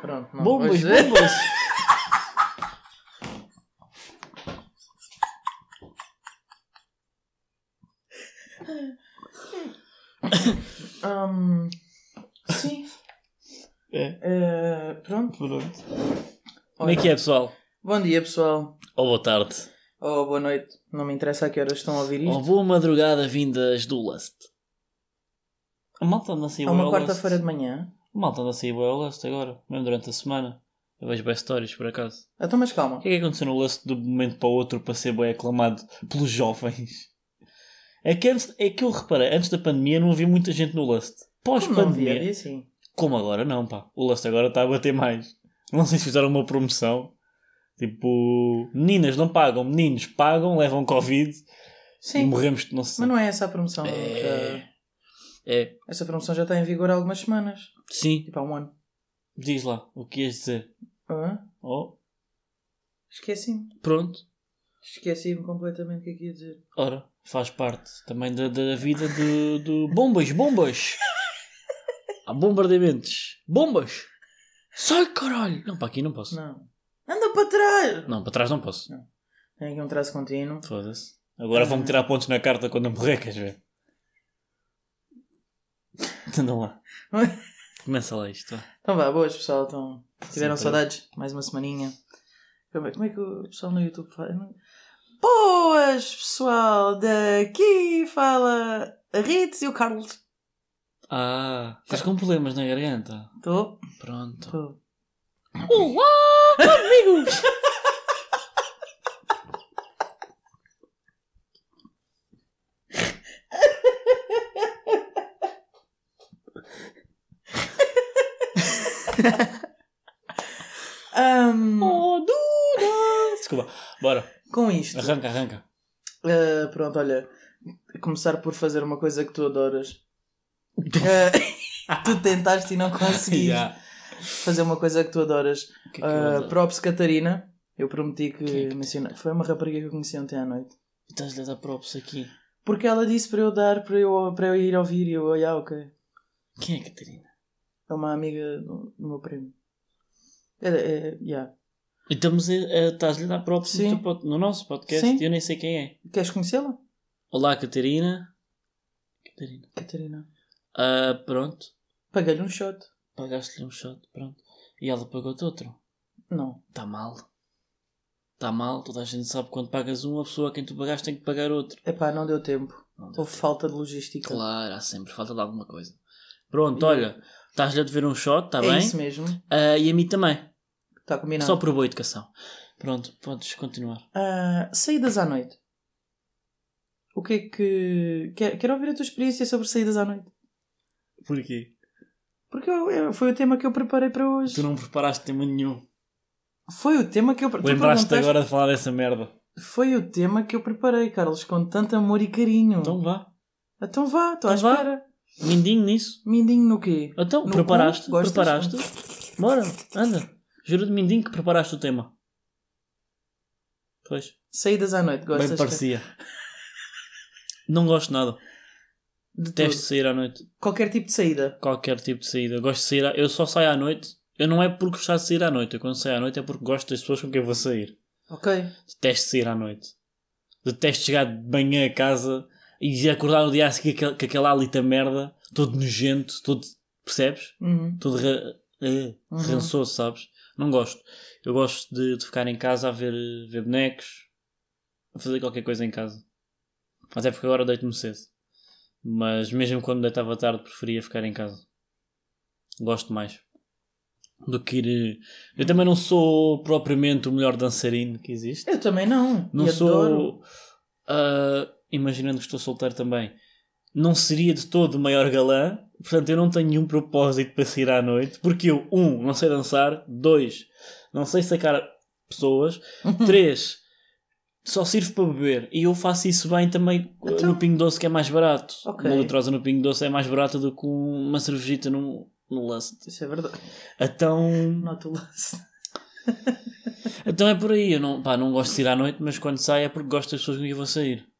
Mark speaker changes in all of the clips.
Speaker 1: Pronto, não. é.
Speaker 2: Bombas,
Speaker 1: Hoje-
Speaker 2: bombas.
Speaker 1: Ahm, sim.
Speaker 2: É,
Speaker 1: Eh, pronto.
Speaker 2: pronto. Como é
Speaker 1: Olha,
Speaker 2: que é, pessoal?
Speaker 1: Bom dia, pessoal.
Speaker 2: Ou boa tarde.
Speaker 1: Ou boa noite. Não me interessa a que horas estão a ouvir isto.
Speaker 2: Ou boa madrugada vindas do Lust. A malta anda a sair
Speaker 1: é uma quarta-feira de manhã.
Speaker 2: A malta anda a sair bué ao Lust agora, mesmo durante a semana. Eu vejo bem stories, por acaso.
Speaker 1: Então, mas calma.
Speaker 2: O que é que aconteceu no Lust de um momento para o outro para ser bem aclamado pelos jovens? É que, antes- é que eu reparei, antes da pandemia não havia muita gente no Lust.
Speaker 1: Como não havia,
Speaker 2: Pós-pandemia,
Speaker 1: havia sim.
Speaker 2: Como agora não, pá. O Lust agora está a bater mais. Não sei se fizeram uma promoção. Tipo, meninas não pagam, meninos pagam, levam Covid e
Speaker 1: Sim.
Speaker 2: morremos de não sei.
Speaker 1: Mas não é essa a promoção.
Speaker 2: É.
Speaker 1: que-
Speaker 2: É,
Speaker 1: Essa promoção já está em vigor há algumas semanas.
Speaker 2: sim.
Speaker 1: Tipo há um ano.
Speaker 2: Diz lá o que ias dizer.
Speaker 1: Hã?
Speaker 2: Oh,
Speaker 1: Esqueci-me.
Speaker 2: pronto.
Speaker 1: Esqueci-me completamente o que é que ia dizer.
Speaker 2: Ora, faz parte também da, da vida de, de bombas, bombas. Há bombardeamentos. Bombas! Sai, caralho! Não, para aqui não posso. Não,
Speaker 1: Não. Anda para trás!
Speaker 2: para trás não posso.
Speaker 1: Tem aqui um traço contínuo.
Speaker 2: Foda-se. Agora vão-me tirar pontos na carta quando eu morrer, queres ver? Anda lá. Começa lá isto. vá.
Speaker 1: Então vá, boas pessoal. Então, tiveram
Speaker 2: Sim,
Speaker 1: saudades? Mais uma semaninha. Como é, como é que o pessoal no YouTube fala? Eu não- Boas pessoal, daqui fala a Ritz e o Carlos.
Speaker 2: Ah, estás com problemas na garganta.
Speaker 1: Estou?
Speaker 2: Pronto.
Speaker 1: Estou.
Speaker 2: Olá, amigos! Oh, Duda! Desculpa. Bora,
Speaker 1: com isto,
Speaker 2: arranca, arranca.
Speaker 1: ah, pronto, olha, começar por fazer uma coisa que tu adoras. Ah, tu tentaste e não conseguiste
Speaker 2: Yeah.
Speaker 1: fazer uma coisa que tu adoras.
Speaker 2: O que é que eu
Speaker 1: Uh,
Speaker 2: ando-
Speaker 1: props Catarina. Eu prometi que
Speaker 2: Quem é que-
Speaker 1: menciona- Foi uma rapariga que eu conheci ontem à noite.
Speaker 2: Estás-lhe a dar props aqui.
Speaker 1: Porque ela disse para eu dar, para eu, para eu ir ouvir. E eu, olha, ok.
Speaker 2: Quem é Catarina?
Speaker 1: É uma amiga do, do meu primo. É, é, yeah.
Speaker 2: E Estamos a, a- estás-lhe a dar props no,
Speaker 1: Sim.
Speaker 2: teu pod- no nosso podcast
Speaker 1: Sim.
Speaker 2: e eu nem sei quem é.
Speaker 1: Queres conhecê-la?
Speaker 2: Olá, Catarina. Catarina.
Speaker 1: Catarina.
Speaker 2: Ah, pronto.
Speaker 1: Paguei-lhe um shot.
Speaker 2: Pagaste-lhe um shot, pronto. E ela pagou-te outro.
Speaker 1: Não.
Speaker 2: Está mal. Está mal, toda a gente sabe que quando pagas um, a pessoa a quem tu pagaste tem que pagar outro.
Speaker 1: Epá, não deu tempo.
Speaker 2: Não deu
Speaker 1: Houve falta de logística.
Speaker 2: Claro, há sempre falta de alguma coisa. Pronto, olha, estás-lhe a dever um shot, está
Speaker 1: é
Speaker 2: bem?
Speaker 1: isso mesmo.
Speaker 2: Ah, e a mim também.
Speaker 1: Está combinado.
Speaker 2: Só por boa educação. Pronto, podes continuar.
Speaker 1: Ah, saídas à noite. O que é que. Quer- Quero ouvir a tua experiência sobre saídas à noite.
Speaker 2: Porquê?
Speaker 1: Porque eu- eu- foi o tema que eu preparei para hoje.
Speaker 2: Tu não preparaste tema nenhum.
Speaker 1: Foi o tema que eu pre- tu
Speaker 2: Lembraste-te
Speaker 1: perguntaste-
Speaker 2: agora de falar dessa merda.
Speaker 1: Foi o tema que eu preparei, Carlos, com tanto amor e carinho. Então,
Speaker 2: Então vá.
Speaker 1: vá, estou à
Speaker 2: Então vá.
Speaker 1: espera.
Speaker 2: Mindinho nisso.
Speaker 1: Mindinho no quê?
Speaker 2: Então,
Speaker 1: No
Speaker 2: preparaste,
Speaker 1: cu, gostas?
Speaker 2: preparaste. Bora, anda. Juro de mindinho que preparaste o tema. Pois,
Speaker 1: Saídas à noite, gostas?
Speaker 2: bem parecia. Não gosto nada.
Speaker 1: De tudo.
Speaker 2: Detesto sair à noite.
Speaker 1: Qualquer tipo de saída.
Speaker 2: Qualquer tipo de saída. Gosto de sair. à- Eu só saio à noite. Eu não é porque gostar de sair à noite. Eu quando saio à noite é porque gosto das pessoas com quem vou sair.
Speaker 1: Ok.
Speaker 2: Detesto sair à noite. Detesto chegar de manhã a casa e acordar no dia a seguir com aquele- com aquela alita merda, todo nojento, todo. percebes?
Speaker 1: Uhum.
Speaker 2: Todo ra- eh,
Speaker 1: Uhum.
Speaker 2: rançoso, sabes? Não gosto. Eu gosto de, de ficar em casa a ver, eh, ver bonecos, a fazer qualquer coisa em casa. Até porque agora deito-me cedo. Mas mesmo quando deitava tarde, preferia ficar em casa. Gosto mais. Do que ir. eh, Eu também não sou propriamente o melhor dançarino que existe.
Speaker 1: Eu também não.
Speaker 2: Não
Speaker 1: e adoro.
Speaker 2: sou. ah, imaginando que estou solteiro também. Não seria de todo o maior galã. Portanto, eu não tenho nenhum propósito para sair à noite. Porque eu, um, não sei dançar. Dois, não sei sacar pessoas.
Speaker 1: Uhum.
Speaker 2: Três, só sirvo para beber. E eu faço isso bem também ah,
Speaker 1: Então-
Speaker 2: no Pingo Doce, que é mais barato.
Speaker 1: Ok.
Speaker 2: Uma litrosa no Pingo Doce é mais barata do que uma cervejita no, no lance.
Speaker 1: Isso é verdade.
Speaker 2: Então.
Speaker 1: Nota o lance.
Speaker 2: Então é por aí, eu não, pá, não gosto de sair à noite, mas quando saio é porque gosto das pessoas com quem vou sair.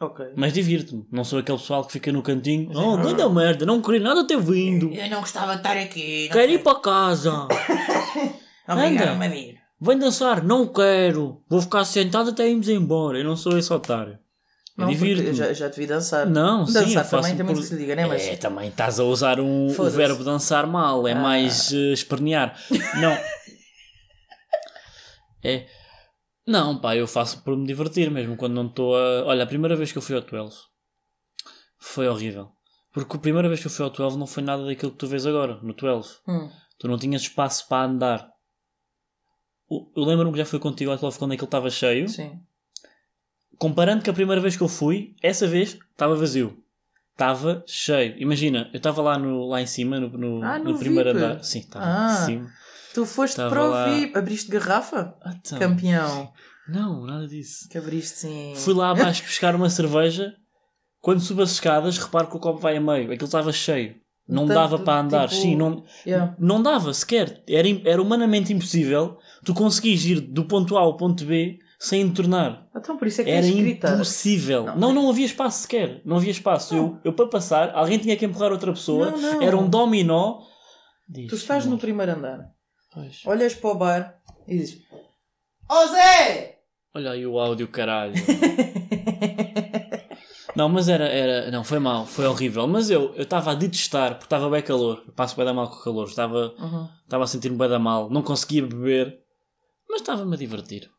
Speaker 1: Ok.
Speaker 2: Mas divirto-me. Não sou aquele pessoal que fica no cantinho.
Speaker 1: Sim.
Speaker 2: Oh, grande merda, não queria nada ter vindo.
Speaker 1: Eu não gostava de estar aqui.
Speaker 2: Quero ir para casa.
Speaker 1: Obrigado-me a vir.
Speaker 2: Vem dançar, não quero. Vou ficar sentado até irmos embora. Eu não sou esse otário.
Speaker 1: Não,
Speaker 2: Eu
Speaker 1: porque eu
Speaker 2: divirto-me.
Speaker 1: já, já te vi dançar.
Speaker 2: Não,
Speaker 1: dançar
Speaker 2: sim, eu faço
Speaker 1: também tem muito
Speaker 2: por-
Speaker 1: que se diga, né? Mas
Speaker 2: É, também estás a usar um, o
Speaker 1: Foda-se.
Speaker 2: verbo dançar mal, é
Speaker 1: Ah.
Speaker 2: mais eh, espernear. Não. é. Não, pá, eu faço por me divertir mesmo quando não estou a. Olha, a primeira vez que eu fui ao 12 foi horrível. Porque a primeira vez que eu fui ao 12 não foi nada daquilo que tu vês agora, no 12.
Speaker 1: Hum,
Speaker 2: Tu não tinhas espaço para andar. O- Eu lembro-me que já fui contigo ao 12 quando aquilo estava cheio.
Speaker 1: sim.
Speaker 2: Comparando com a primeira vez que eu fui, essa vez estava vazio. Estava cheio. Imagina, eu estava lá, no- lá em cima, no, no,
Speaker 1: Ah,
Speaker 2: no
Speaker 1: no
Speaker 2: primeiro
Speaker 1: VIP.
Speaker 2: andar. Sim, estava
Speaker 1: Ah.
Speaker 2: em cima.
Speaker 1: Tu foste
Speaker 2: Tava
Speaker 1: para o
Speaker 2: lá.
Speaker 1: VIP. Abriste garrafa?
Speaker 2: Ah, então.
Speaker 1: Campeão.
Speaker 2: Não, nada disso.
Speaker 1: Que abriste sim.
Speaker 2: Fui lá abaixo buscar uma cerveja. Quando subo as escadas, reparo que o copo vai a meio. Aquilo estava cheio. Não
Speaker 1: Tanto,
Speaker 2: dava para andar.
Speaker 1: tipo,
Speaker 2: Sim, não,
Speaker 1: Yeah.
Speaker 2: não dava sequer. Era, im- era humanamente impossível tu conseguires ir do ponto A ao ponto B sem entornar.
Speaker 1: Então por isso é que
Speaker 2: Era
Speaker 1: tens que gritar.
Speaker 2: impossível.
Speaker 1: Não.
Speaker 2: Não, não, havia espaço sequer. Não havia espaço. Eu, eu, para passar, alguém tinha que empurrar outra pessoa.
Speaker 1: Não, não.
Speaker 2: Era um dominó.
Speaker 1: Tu estás no primeiro andar.
Speaker 2: Pois.
Speaker 1: Olhas para o bar e dizes: Ó Zé!
Speaker 2: Olha aí o áudio, caralho. não, mas era, era. Não, foi mal. Foi horrível. Mas eu eu estava a detestar porque estava bem calor. Eu passo bem da mal com o calor. Estava,
Speaker 1: Uhum.
Speaker 2: estava a sentir-me bem da mal. Não conseguia beber. Mas estava-me a divertir.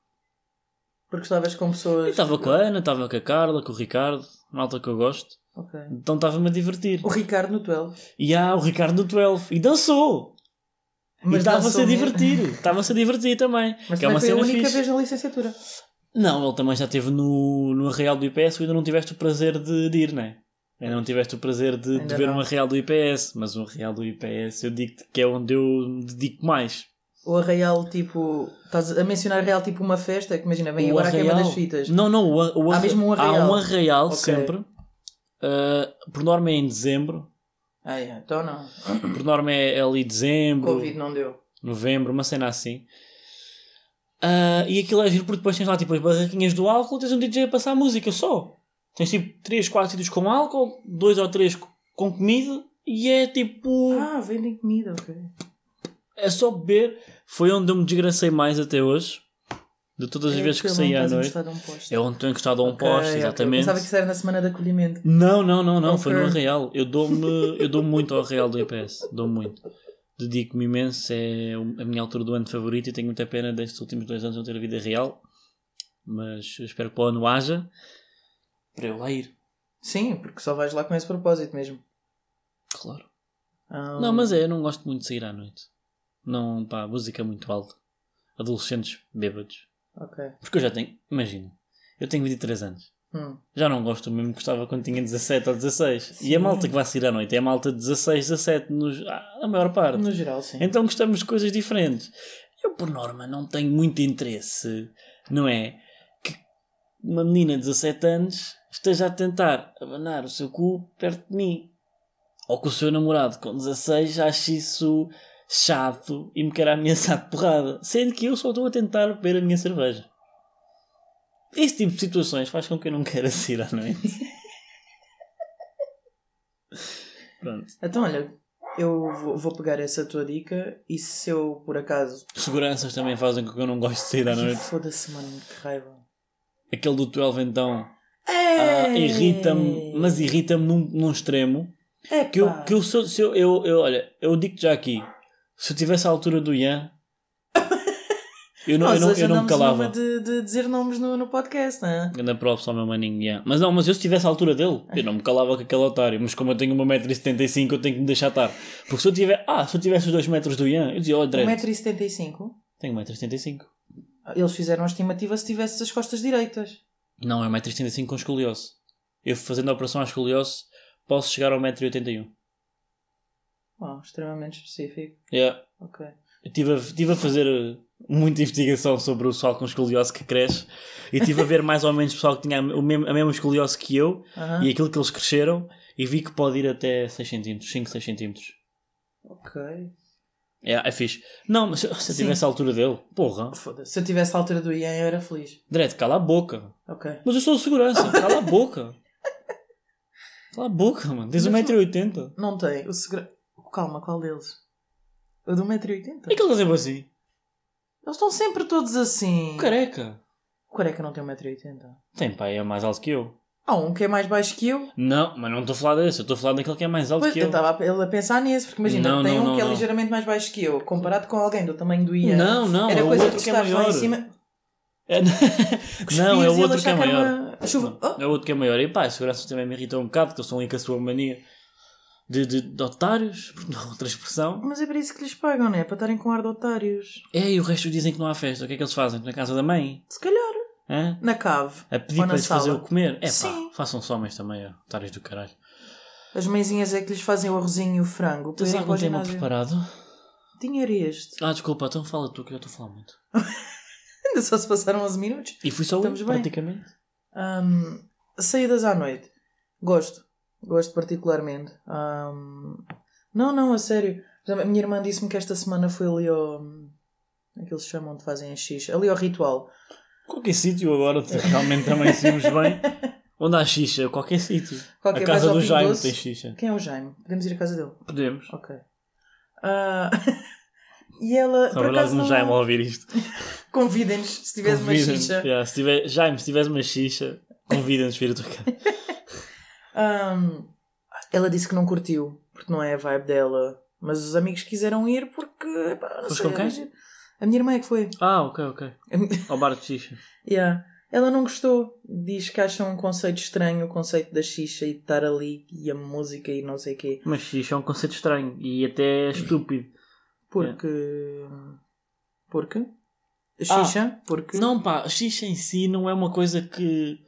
Speaker 1: Porque estavas com
Speaker 2: Eu
Speaker 1: pessoas.
Speaker 2: Estava com a Ana, estava com a Carla, com o Ricardo. Malta que eu gosto.
Speaker 1: Ok.
Speaker 2: Então estava-me a divertir.
Speaker 1: O Ricardo no 12.
Speaker 2: E há o Ricardo do 12. E dançou. e estava-se a
Speaker 1: dançou mesmo.
Speaker 2: divertir. Estava-se a divertir também.
Speaker 1: Mas
Speaker 2: que é uma
Speaker 1: também foi a
Speaker 2: cena
Speaker 1: única
Speaker 2: fixe.
Speaker 1: vez na licenciatura.
Speaker 2: Não, ele também já esteve no, no Arraial do IPS. Ainda não tiveste o prazer de, de ir, não é? Ainda não tiveste o prazer de, de
Speaker 1: Ainda
Speaker 2: ver
Speaker 1: não.
Speaker 2: um Arraial do IPS. Mas um Arraial do IPS eu digo que é onde eu me dedico mais.
Speaker 1: O Arraial, tipo. Estás a mencionar Arraial, tipo uma festa, que imagina, vem
Speaker 2: O
Speaker 1: agora a queima
Speaker 2: Arraial-
Speaker 1: das fitas.
Speaker 2: Não, não. O, a- o
Speaker 1: Há
Speaker 2: Arra-
Speaker 1: mesmo um
Speaker 2: Há
Speaker 1: Arraial.
Speaker 2: um Arraial
Speaker 1: Ok.
Speaker 2: sempre. Uh, por norma é em dezembro.
Speaker 1: Ah, é, então não.
Speaker 2: Por norma é ali dezembro.
Speaker 1: Covid não deu.
Speaker 2: novembro, uma cena assim. Ah, e aquilo é giro porque depois tens lá tipo as barraquinhas do álcool tens um DJ a passar música só. Tens tipo 3, 4 sítios com álcool, dois ou três co- com comida e é tipo.
Speaker 1: Ah, vendem comida, ok.
Speaker 2: É só beber. Foi onde eu me desgracei mais até hoje. De todas as
Speaker 1: É
Speaker 2: vezes que
Speaker 1: aquele
Speaker 2: saí
Speaker 1: onde
Speaker 2: à
Speaker 1: estás
Speaker 2: noite.
Speaker 1: encostado a um poste.
Speaker 2: É onde estou encostado a um
Speaker 1: Ok,
Speaker 2: poste,
Speaker 1: ok.
Speaker 2: exatamente.
Speaker 1: Pensava que isso era na semana de acolhimento.
Speaker 2: Não, não, não, não.
Speaker 1: Ok.
Speaker 2: Foi no Arraial. Eu dou-me eu dou muito ao Arraial do IPS. Dou-me muito. Dedico-me imenso. É o- a minha altura do ano favorita e tenho muita pena destes últimos dois anos não ter vida real. Mas eu espero que para o ano haja. Para eu lá ir.
Speaker 1: Sim, porque só vais lá com esse propósito mesmo.
Speaker 2: Claro.
Speaker 1: Ah,
Speaker 2: Não, mas é. Eu não gosto muito de sair à noite. Não, pá, música é muito alta. Adolescentes bêbados.
Speaker 1: Ok.
Speaker 2: Porque eu já tenho. Imagina. Eu tenho 23 anos.
Speaker 1: Hum.
Speaker 2: Já não gosto do mesmo que gostava quando tinha 17 ou 16. E
Speaker 1: Sim.
Speaker 2: a malta que vai sair à noite é a malta de 16, 17, nos, a maior parte.
Speaker 1: No geral, sim.
Speaker 2: Então gostamos de coisas diferentes. Eu, por norma, não tenho muito interesse, não é? Que uma menina de 17 anos esteja a tentar abanar o seu cu perto de mim. Ou que o seu namorado com 16 ache isso chato e me queira ameaçar de porrada. Sendo que eu só estou a tentar beber a minha cerveja. Este tipo de situações faz com que eu não queira sair à noite. Pronto.
Speaker 1: Então, olha, eu vou, vou pegar essa tua dica e se eu, por acaso.
Speaker 2: Seguranças também fazem com que eu não gosto de sair à
Speaker 1: Ai,
Speaker 2: noite.
Speaker 1: Foda-se, mano, que raiva. É!
Speaker 2: Aquele do 12 então ah,
Speaker 1: Ei!
Speaker 2: irrita-me, mas irrita-me num, num extremo.
Speaker 1: Epá.
Speaker 2: Que eu, que eu, sou- se eu, eu, eu- olha, eu digo já aqui, se eu tivesse a altura do Ian, eu não,
Speaker 1: Nós
Speaker 2: eu não,
Speaker 1: hoje
Speaker 2: eu não me
Speaker 1: andamos
Speaker 2: calava.
Speaker 1: numa De, de dizer nomes no, no podcast, não é?
Speaker 2: Ainda props ao meu maninho Ian. Mas não, mas eu se tivesse a altura dele, eu não me calava com aquele otário. Mas como eu tenho 1,75m, eu tenho que me deixar estar. Porque se eu tiver, ah, se eu tivesse os 2 metros do Ian, eu dizia, olha, Dredd,
Speaker 1: 1,75m.
Speaker 2: tenho 1,75m.
Speaker 1: Eles fizeram a estimativa se tivesses as costas direitas.
Speaker 2: Não, é 1,75m com escoliose. Eu fazendo a operação à escoliose, posso chegar ao 1,81m.
Speaker 1: Bom, extremamente específico.
Speaker 2: Yeah.
Speaker 1: Ok.
Speaker 2: Eu Estive a, tive a fazer eh, muita investigação sobre o pessoal com escoliose que cresce e estive a ver mais ou menos pessoal que tinha a, me- o mesmo- a mesma escoliose que eu
Speaker 1: Aham.
Speaker 2: e aquilo que eles cresceram e vi que pode ir até 6 cm, 5, 6 cm.
Speaker 1: Ok.
Speaker 2: É, é fixe. Não, mas se eu
Speaker 1: Sim.
Speaker 2: tivesse a altura dele, porra,
Speaker 1: Foda-se. Se eu tivesse a altura do Ian, eu era feliz.
Speaker 2: Dredd, cala a boca.
Speaker 1: Ok.
Speaker 2: Mas eu sou de segurança, cala a boca. Cala a boca, mano. um Tens
Speaker 1: Mas
Speaker 2: 1,80m.
Speaker 1: Não tem. O segura... Calma, qual deles? O do 1,80m?
Speaker 2: É que ele está sempre assim.
Speaker 1: Eles estão sempre todos assim.
Speaker 2: Careca.
Speaker 1: O careca é não um tem 1,80m.
Speaker 2: Tem, pá, é mais alto que eu.
Speaker 1: Há um que é mais baixo que eu.
Speaker 2: Não, mas não estou a falar desse. Eu estou a falar daquele que é mais alto
Speaker 1: Pois,
Speaker 2: que
Speaker 1: eu
Speaker 2: eu.
Speaker 1: estava a- ele a pensar nisso, porque imagina,
Speaker 2: Não,
Speaker 1: tem
Speaker 2: não,
Speaker 1: um
Speaker 2: não,
Speaker 1: que é
Speaker 2: não.
Speaker 1: ligeiramente mais baixo que eu, comparado com alguém do tamanho do Ian.
Speaker 2: Não, não,
Speaker 1: Era
Speaker 2: é o
Speaker 1: coisa de
Speaker 2: outro
Speaker 1: tu
Speaker 2: que é
Speaker 1: estares lá
Speaker 2: maior.
Speaker 1: em cima,
Speaker 2: É-
Speaker 1: cuspires
Speaker 2: não, é
Speaker 1: e
Speaker 2: o
Speaker 1: ele
Speaker 2: outro que é
Speaker 1: achar que era
Speaker 2: maior.
Speaker 1: uma chuva.
Speaker 2: Não, É o outro que é maior. E pá, as seguranças também me irritam um bocado, que eles estão ali com a sua mania de, de, de otários, porque não há outra expressão.
Speaker 1: Oh, mas é para isso que lhes pagam, não é? Para estarem com ar de otários.
Speaker 2: É, e o resto dizem que não há festa. O que é que eles fazem? Na casa da mãe?
Speaker 1: Se calhar,
Speaker 2: Hã?
Speaker 1: na cave.
Speaker 2: A
Speaker 1: Ou
Speaker 2: pedir
Speaker 1: na
Speaker 2: para lhes fazer
Speaker 1: sala.
Speaker 2: o comer? É pá,
Speaker 1: Sim.
Speaker 2: façam-se homens também, ó, otários do caralho.
Speaker 1: As mãezinhas é que lhes fazem o arrozinho e o frango.
Speaker 2: Tens
Speaker 1: para irem para
Speaker 2: algum
Speaker 1: o
Speaker 2: tema
Speaker 1: ginásio.
Speaker 2: preparado?
Speaker 1: Dinheiro este.
Speaker 2: Ah, desculpa, então fala tu, que eu estou a falar muito.
Speaker 1: Ainda só se passaram 11 minutos.
Speaker 2: E fui só um,
Speaker 1: Estamos bem.
Speaker 2: praticamente.
Speaker 1: Ahm, saídas à noite. Gosto. Gosto particularmente. Ahm, não, não, a sério. Por exemplo, A minha irmã disse-me que esta semana foi ali ao. Aqueles chamam de fazem X. Ali ao ritual.
Speaker 2: Qualquer sítio agora, realmente também saímos bem. Onde há xixa? Qualquer sítio.
Speaker 1: Qualquer
Speaker 2: A
Speaker 1: vais
Speaker 2: casa
Speaker 1: ao
Speaker 2: do
Speaker 1: Pingo
Speaker 2: Jaime
Speaker 1: Doce.
Speaker 2: tem xixa.
Speaker 1: Quem é o Jaime? Podemos ir à casa dele?
Speaker 2: Podemos.
Speaker 1: Ok. Ah, e ela.
Speaker 2: Na
Speaker 1: Por
Speaker 2: verdade,
Speaker 1: acaso,
Speaker 2: não já é mal
Speaker 1: não...
Speaker 2: ouvir isto.
Speaker 1: Convidem-nos se tiveres uma
Speaker 2: Convida-nos.
Speaker 1: xixa.
Speaker 2: Yeah, se tiver, Jaime, se tiveres uma xixa, convida-nos para ir a tua casa.
Speaker 1: Ahm, ela disse que não curtiu, porque não é a vibe dela. Mas os amigos quiseram ir porque. Pá, não
Speaker 2: Foste
Speaker 1: sei,
Speaker 2: com quem?
Speaker 1: era giro. A minha irmã é que foi.
Speaker 2: Ah, ok, ok. Ao bar de xixa.
Speaker 1: Yeah. Ela não gostou. Diz que acha um conceito estranho, o conceito da xixa e de estar ali e a música e não sei o quê.
Speaker 2: Mas xixa é um conceito estranho e até é estúpido.
Speaker 1: Porque. Porque? Xixa? Porque.
Speaker 2: Ah. Não, pá, xixa em si não é uma coisa que.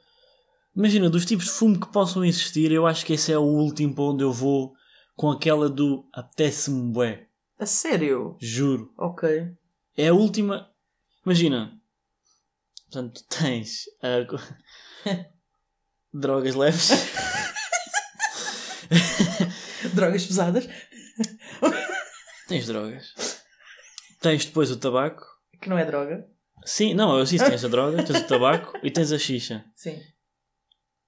Speaker 2: Imagina, dos tipos de fumo que possam existir, eu acho que esse é o último para onde eu vou com aquela do apetece-me bué.
Speaker 1: A sério?
Speaker 2: Juro.
Speaker 1: Ok.
Speaker 2: É a última. Imagina. Portanto, tens. ah, co- drogas leves.
Speaker 1: Drogas pesadas?
Speaker 2: tens drogas. Tens depois o tabaco.
Speaker 1: Que não é droga.
Speaker 2: Sim, não, eu disse tens a droga, tens o tabaco e tens a xixa.
Speaker 1: Sim.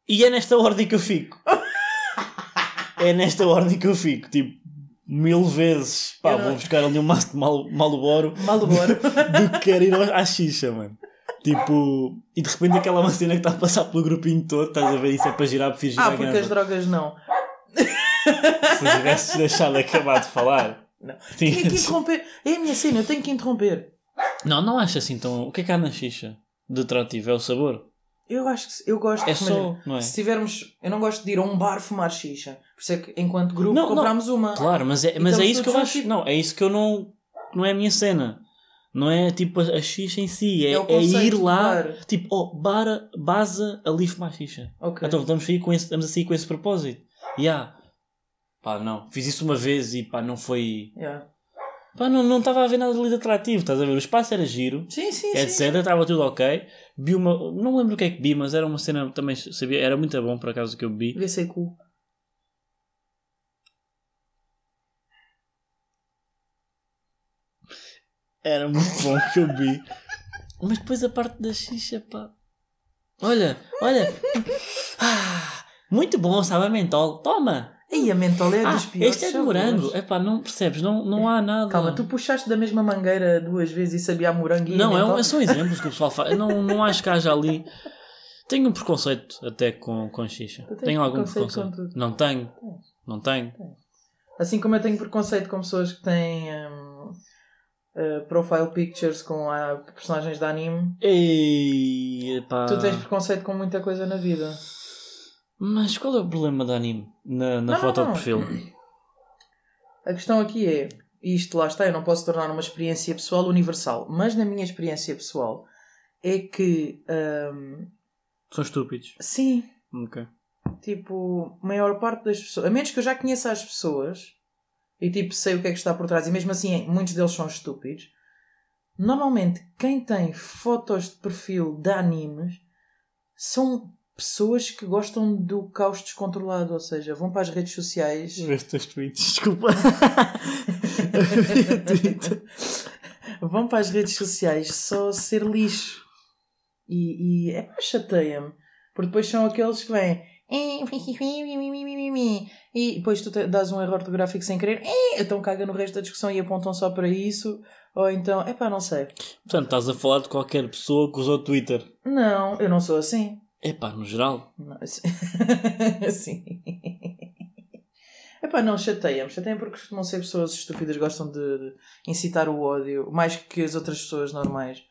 Speaker 2: E é nesta ordem que eu fico. É nesta ordem que eu fico. Tipo, mil vezes. Pá,
Speaker 1: Eu não-
Speaker 2: vou buscar ali um maço de mal, malboro
Speaker 1: Malboro.
Speaker 2: do que quero ir ao- à xixa, mano. Tipo, e de repente aquela macena que está a passar pelo grupinho todo, estás a ver isso é para girar para fingir
Speaker 1: ah,
Speaker 2: a
Speaker 1: porque
Speaker 2: ganda.
Speaker 1: as drogas não.
Speaker 2: Se tivesses deixado acabar de falar.
Speaker 1: Não. Tenho que
Speaker 2: Tinhas...
Speaker 1: interromper. É a minha cena, eu tenho que interromper.
Speaker 2: Não, não acho assim tão. O que é que há na xixa? De atrativo? É o sabor?
Speaker 1: Eu acho que. se- Eu gosto
Speaker 2: É
Speaker 1: de comer.
Speaker 2: só, não é?
Speaker 1: Se tivermos. Eu não gosto de ir a um bar fumar xixa. Por isso é que enquanto grupo
Speaker 2: Não, não.
Speaker 1: comprámos uma.
Speaker 2: Claro, mas é, mas
Speaker 1: Então,
Speaker 2: é
Speaker 1: se
Speaker 2: isso
Speaker 1: tu
Speaker 2: que eu
Speaker 1: disseres,
Speaker 2: acho.
Speaker 1: tipo-
Speaker 2: Não, é isso que eu não. Não é a minha cena. Não é tipo a, a xixa em si. É,
Speaker 1: É o
Speaker 2: é ir
Speaker 1: conceito,
Speaker 2: lá.
Speaker 1: claro.
Speaker 2: Tipo, oh, bara, baza ali fumar xixa.
Speaker 1: Ok.
Speaker 2: Então estamos a, com esse, estamos a sair com esse propósito. E há. Pá, não. Fiz isso uma vez e pá, não foi.
Speaker 1: Yeah.
Speaker 2: Pá, não não estava a ver nada ali de atrativo. Estás a ver? O espaço era giro.
Speaker 1: Sim, sim, sim.
Speaker 2: etc. Estava tudo ok. Vi uma. Não lembro o que é que vi, mas era uma cena também. Sabia, era muito bom por acaso que eu vi.
Speaker 1: Devia ser cu.
Speaker 2: Era muito bom que eu vi. Mas depois a parte da xixa, pá. Olha, olha. Ah, muito bom, sabe a mentol. Toma!
Speaker 1: Aí a mentol é
Speaker 2: Ah,
Speaker 1: dos piores.
Speaker 2: este é de
Speaker 1: sabores.
Speaker 2: morango. É pá, não percebes? Não, não há nada.
Speaker 1: Calma, tu puxaste da mesma mangueira duas vezes e sabia a morango e
Speaker 2: Não,
Speaker 1: a
Speaker 2: é,
Speaker 1: mentol.
Speaker 2: um- são exemplos que o pessoal faz. Eu Não, não acho que haja ali. Tenho um preconceito até com, com xixa.
Speaker 1: Tu tens
Speaker 2: Tenho algum
Speaker 1: preconceito com
Speaker 2: preconceito?
Speaker 1: tudo.
Speaker 2: Não tenho.
Speaker 1: Tens.
Speaker 2: Não tenho.
Speaker 1: Assim como eu tenho preconceito com pessoas que têm hum, uh, profile pictures com ah, personagens de anime,
Speaker 2: Ei, pá.
Speaker 1: tu tens preconceito com muita coisa na vida.
Speaker 2: Mas qual é o problema do anime na, na
Speaker 1: Não,
Speaker 2: foto
Speaker 1: não,
Speaker 2: de perfil?
Speaker 1: A questão aqui é, e isto lá está, eu não posso tornar uma experiência pessoal universal, mas na minha experiência pessoal é que, hum,
Speaker 2: São estúpidos.
Speaker 1: sim,
Speaker 2: Ok.
Speaker 1: tipo, a maior parte das pessoas, a menos que eu já conheça as pessoas e tipo sei o que é que está por trás, e mesmo assim muitos deles são estúpidos. Normalmente, quem tem fotos de perfil de animes são pessoas que gostam do caos descontrolado, ou seja, vão para as redes sociais.
Speaker 2: Ver os teus tweets, desculpa.
Speaker 1: vão para as redes sociais só ser lixo. E, e é pá, chateia-me. Porque depois são aqueles que vêm. "É, E depois tu te- dás um erro ortográfico sem querer. Então caga no resto da discussão e apontam só para isso. Ou então, é pá, não sei.
Speaker 2: Portanto, estás a falar de qualquer pessoa que usou Twitter.
Speaker 1: Não, eu não sou assim.
Speaker 2: Epá, no geral.
Speaker 1: Não, assim. assim. Epá, não, chateia-me. Chateia-me porque costumam ser pessoas estúpidas, gostam de de incitar o ódio mais que as outras pessoas normais.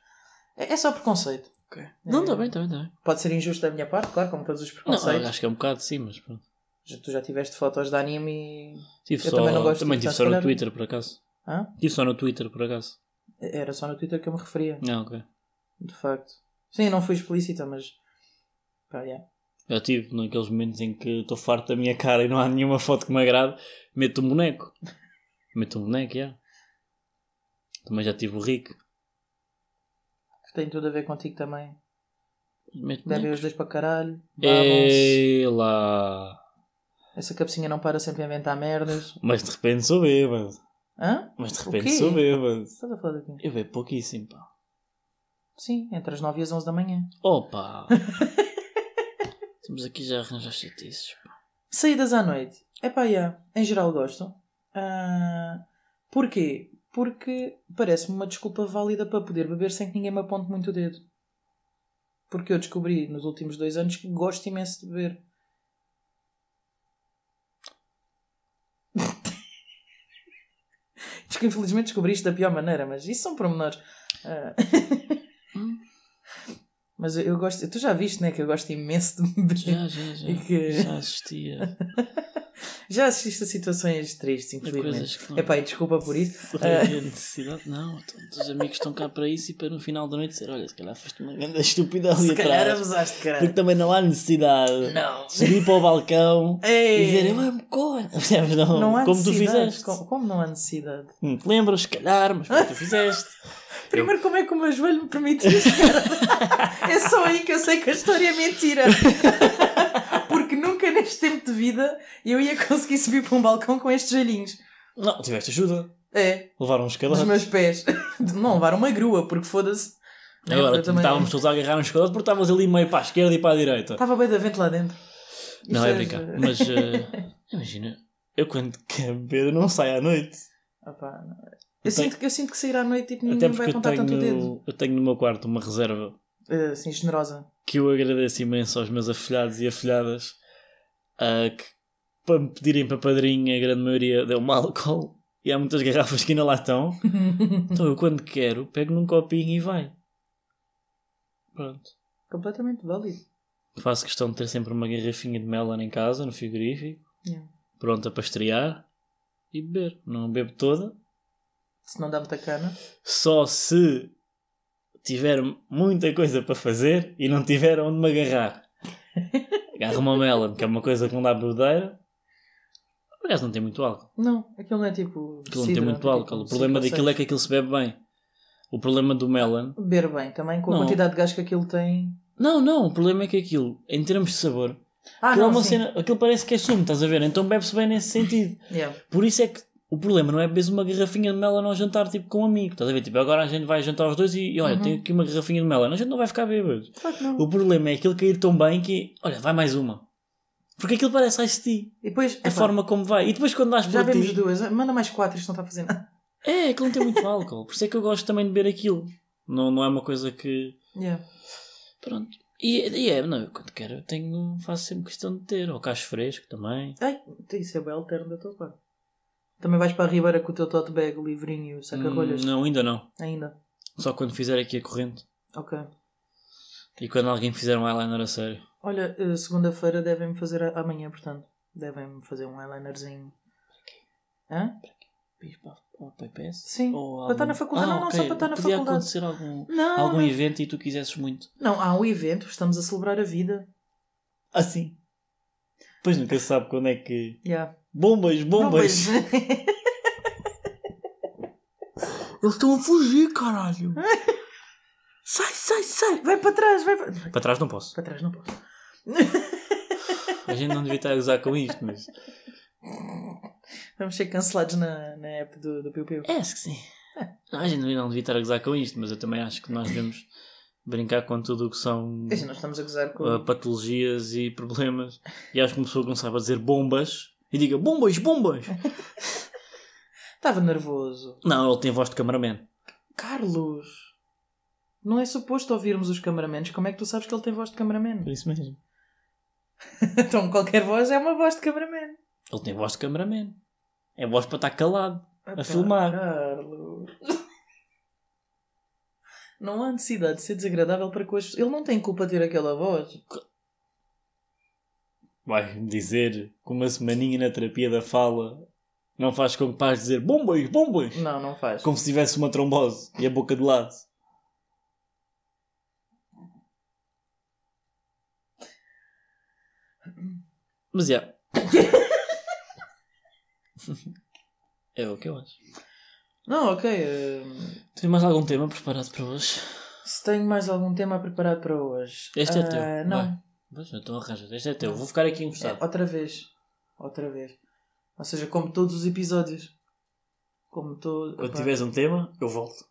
Speaker 1: É, é só preconceito. É.
Speaker 2: Não,
Speaker 1: tá
Speaker 2: está bem, está bem, está bem.
Speaker 1: Pode ser injusto da minha parte, claro, como todos os preconceitos.
Speaker 2: Não, acho que é um bocado, sim, mas pronto.
Speaker 1: Já- Tu já tiveste fotos de anime e.
Speaker 2: Tive
Speaker 1: Eu
Speaker 2: só,
Speaker 1: também não gosto de
Speaker 2: também
Speaker 1: Twitter,
Speaker 2: tive só
Speaker 1: se
Speaker 2: no
Speaker 1: calhar.
Speaker 2: Twitter, por acaso.
Speaker 1: Hã?
Speaker 2: Tive só no Twitter, por acaso.
Speaker 1: Era só no Twitter que eu me referia,
Speaker 2: Não, ok.
Speaker 1: de facto. Sim, não fui explícita, mas. Pá, yeah.
Speaker 2: Eu tive naqueles momentos em que estou farto da minha cara e não há nenhuma foto que me agrade, meto um boneco. Meto um boneco, já. Também já tive o Rick.
Speaker 1: Que tem tudo a ver contigo também.
Speaker 2: Meto um
Speaker 1: Bebem
Speaker 2: boneco.
Speaker 1: os dois para caralho.
Speaker 2: É.
Speaker 1: babam-se.
Speaker 2: Ei lá.
Speaker 1: Essa cabecinha não para sempre a inventar merdas.
Speaker 2: Mas de repente sou bêbado.
Speaker 1: Hã?
Speaker 2: Mas de
Speaker 1: O
Speaker 2: repente
Speaker 1: quê?
Speaker 2: sou bêbado.
Speaker 1: Estás a falar de quê?
Speaker 2: Eu bebo pouquíssimo, pá.
Speaker 1: Sim, entre as 9 e as 11 da manhã.
Speaker 2: Opa! Estamos aqui já a arranjar chatices. pá.
Speaker 1: Saídas à noite. É pá, yeah. em geral gosto. Ah, porquê? Porque parece-me uma desculpa válida para poder beber sem que ninguém me aponte muito o dedo. Porque eu descobri nos últimos dois anos que gosto imenso de beber. Diz que infelizmente descobri isto da pior maneira, mas isso são pormenores. Ah.
Speaker 2: Hum.
Speaker 1: mas eu, eu gosto. Tu já viste, né? Que eu gosto imenso de beber.
Speaker 2: Já, já, já.
Speaker 1: E que-
Speaker 2: Já assistia.
Speaker 1: Já assististe a situações tristes,
Speaker 2: A
Speaker 1: infelizmente.
Speaker 2: coisas que não.
Speaker 1: É pá, e desculpa por isso.
Speaker 2: Não havia necessidade, não. Todos os amigos estão cá para isso e para no final da noite dizer: Olha, se calhar foste uma grande estúpida ali
Speaker 1: Se calhar
Speaker 2: atrás.
Speaker 1: abusaste,
Speaker 2: Porque
Speaker 1: caralho.
Speaker 2: também não há necessidade.
Speaker 1: Não.
Speaker 2: Subir para o balcão e dizer:
Speaker 1: Ei,
Speaker 2: Eu amo cor. Percebes? Não,
Speaker 1: não há
Speaker 2: como tu
Speaker 1: necessidade.
Speaker 2: fizeste.
Speaker 1: Como, como não há necessidade?
Speaker 2: Não te lembras, se calhar, mas como tu fizeste.
Speaker 1: Primeiro, como é que o meu joelho me permite isso, cara? é só aí que eu sei que a história é mentira. Porque nunca neste tempo de vida eu ia conseguir subir para um balcão com estes joelhinhos.
Speaker 2: Não, tiveste ajuda.
Speaker 1: É,
Speaker 2: Levaram um
Speaker 1: dos
Speaker 2: escalado.
Speaker 1: meus pés. De Não levar uma grua, porque foda-se. Não é?
Speaker 2: Agora,
Speaker 1: Eu também-
Speaker 2: estávamos todos a agarrar um escalado porque estavas ali meio para a esquerda e para a direita.
Speaker 1: Estava bem da vento lá dentro. Isto
Speaker 2: Não, é brincar. Mas eh, imagina, eu quando quero beber não saio à noite.
Speaker 1: Opá, não. eu,
Speaker 2: Eu tenho-
Speaker 1: sinto que, eu sinto que sair à noite tipo,
Speaker 2: Até
Speaker 1: ninguém vai
Speaker 2: porque eu
Speaker 1: apontar tanto o dedo.
Speaker 2: tenho, eu tenho no meu quarto uma reserva
Speaker 1: Eh, assim, generosa.
Speaker 2: que eu agradeço imenso aos meus afilhados e afilhadas ah, que para me pedirem para padrinho a grande maioria deu-me álcool e há muitas garrafas que ainda lá estão. Então eu quando quero pego num copinho e vai. Pronto.
Speaker 1: Completamente válido.
Speaker 2: Faço questão de ter sempre uma garrafinha de melon em casa, no frigorífico,
Speaker 1: Yeah.
Speaker 2: pronta para estrear e beber. Não bebo toda,
Speaker 1: Se não dá muita cana.
Speaker 2: só se tiver muita coisa para fazer e não tiver onde me agarrar. Agarro uma melon, que é uma coisa que não dá brudeira. Aliás, não tem muito álcool.
Speaker 1: Não, aquilo não é tipo.
Speaker 2: Aquilo não tem muito álcool. O problema daquilo é que aquilo se bebe bem. O problema do melon.
Speaker 1: Beber bem também, com a
Speaker 2: Não.
Speaker 1: quantidade de gás que aquilo tem.
Speaker 2: Não, não, o problema é que aquilo, em termos de sabor,
Speaker 1: Ah,
Speaker 2: aquilo, é
Speaker 1: não,
Speaker 2: uma
Speaker 1: sim.
Speaker 2: cena, aquilo parece que é sumo, estás a ver? Então bebe-se bem nesse sentido.
Speaker 1: Yeah.
Speaker 2: Por isso é que o problema não é beberes uma garrafinha de melon ao jantar, tipo com um amigo. Estás a ver? Tipo, agora a gente vai jantar os dois e, e olha,
Speaker 1: Uhum.
Speaker 2: tenho aqui uma garrafinha de melon. A gente não vai ficar bêbado.
Speaker 1: Claro que não.
Speaker 2: O problema é aquilo cair tão bem que, olha, vai mais uma. Porque aquilo parece ice tea,
Speaker 1: E depois,
Speaker 2: a
Speaker 1: epá,
Speaker 2: forma como vai. E depois quando dás
Speaker 1: já
Speaker 2: por
Speaker 1: vemos
Speaker 2: ti,
Speaker 1: duas. Ah, Manda mais quatro, isto não está a fazer nada.
Speaker 2: é, aquilo não tem muito álcool. Por isso é que eu gosto também de beber aquilo. Não, não é uma coisa que.
Speaker 1: Yeah.
Speaker 2: Pronto. E, e é, não, eu quando quero, eu tenho, faço sempre questão de ter. Ou cacho fresco também.
Speaker 1: Ai, isso é bem alterno da tua parte. Também vais para a Ribeira com o teu tote bag, o livrinho e o saca-rolhas.
Speaker 2: Hum, não, ainda não.
Speaker 1: Ainda.
Speaker 2: Só quando fizer aqui a corrente.
Speaker 1: Ok.
Speaker 2: E quando alguém fizer um eyeliner a sério.
Speaker 1: Olha, eh, segunda-feira devem-me fazer a- amanhã, portanto. Devem-me fazer um eyelinerzinho. Hã?
Speaker 2: Fiz para para o PPS?
Speaker 1: Sim,
Speaker 2: Ou Ah,
Speaker 1: para estar na faculdade. Não, não, só
Speaker 2: ok.
Speaker 1: para estar na
Speaker 2: Podia
Speaker 1: faculdade.
Speaker 2: acontecer algum,
Speaker 1: Não,
Speaker 2: algum
Speaker 1: não.
Speaker 2: evento e tu quisesses muito.
Speaker 1: não, há um evento, estamos a celebrar a vida.
Speaker 2: Assim. Pois nunca se sabe quando é que.
Speaker 1: Yeah.
Speaker 2: Bombas, bombas! né?
Speaker 1: Não, pois-
Speaker 2: Eles estão a fugir, caralho!
Speaker 1: sai, sai, sai, vai para trás, vai para...
Speaker 2: Para trás não posso.
Speaker 1: Para trás não posso.
Speaker 2: A gente não devia estar a gozar com isto, mas.
Speaker 1: Vamos ser cancelados na, na app do, do Piu Piu.
Speaker 2: É, acho que sim. Não, a gente não devia- não devia estar a gozar com isto, mas eu também acho que nós devemos brincar com tudo o que são
Speaker 1: Quer dizer, nós estamos a gozar com.
Speaker 2: uh, patologias e problemas. E acho que uma pessoa que não saiba dizer bombas e diga bombas, bombas!
Speaker 1: Estava nervoso.
Speaker 2: Não, ele tem voz de cameraman.
Speaker 1: Carlos, não é suposto ouvirmos os cameramentos. Como é que tu sabes que ele tem voz de cameraman?
Speaker 2: isso mesmo.
Speaker 1: então qualquer voz é uma voz de cameraman.
Speaker 2: Ele tem voz de cameraman. É voz para estar calado.
Speaker 1: Ah,
Speaker 2: A
Speaker 1: pá,
Speaker 2: filmar.
Speaker 1: Carlos. Não há necessidade de ser desagradável para com as pessoas. Ele não tem culpa de ter aquela voz.
Speaker 2: Vai dizer que uma semaninha na terapia da fala não faz com que pares de dizer bombas, bombas!
Speaker 1: Não, não faz.
Speaker 2: Como se tivesse uma trombose e a boca de lado. Mas é. é o que eu acho.
Speaker 1: Não, ok. hum,
Speaker 2: Tens mais algum tema preparado para hoje?
Speaker 1: se tenho mais algum tema preparado para hoje.
Speaker 2: Este é
Speaker 1: Ah,
Speaker 2: teu.
Speaker 1: Não,
Speaker 2: Pois, então arranja. Este é teu. Vou ficar aqui
Speaker 1: É,
Speaker 2: encostado.
Speaker 1: outra vez. Outra vez. Ou seja, como todos os episódios. Como todo.
Speaker 2: Quando
Speaker 1: Epá.
Speaker 2: tiveres um tema, eu volto.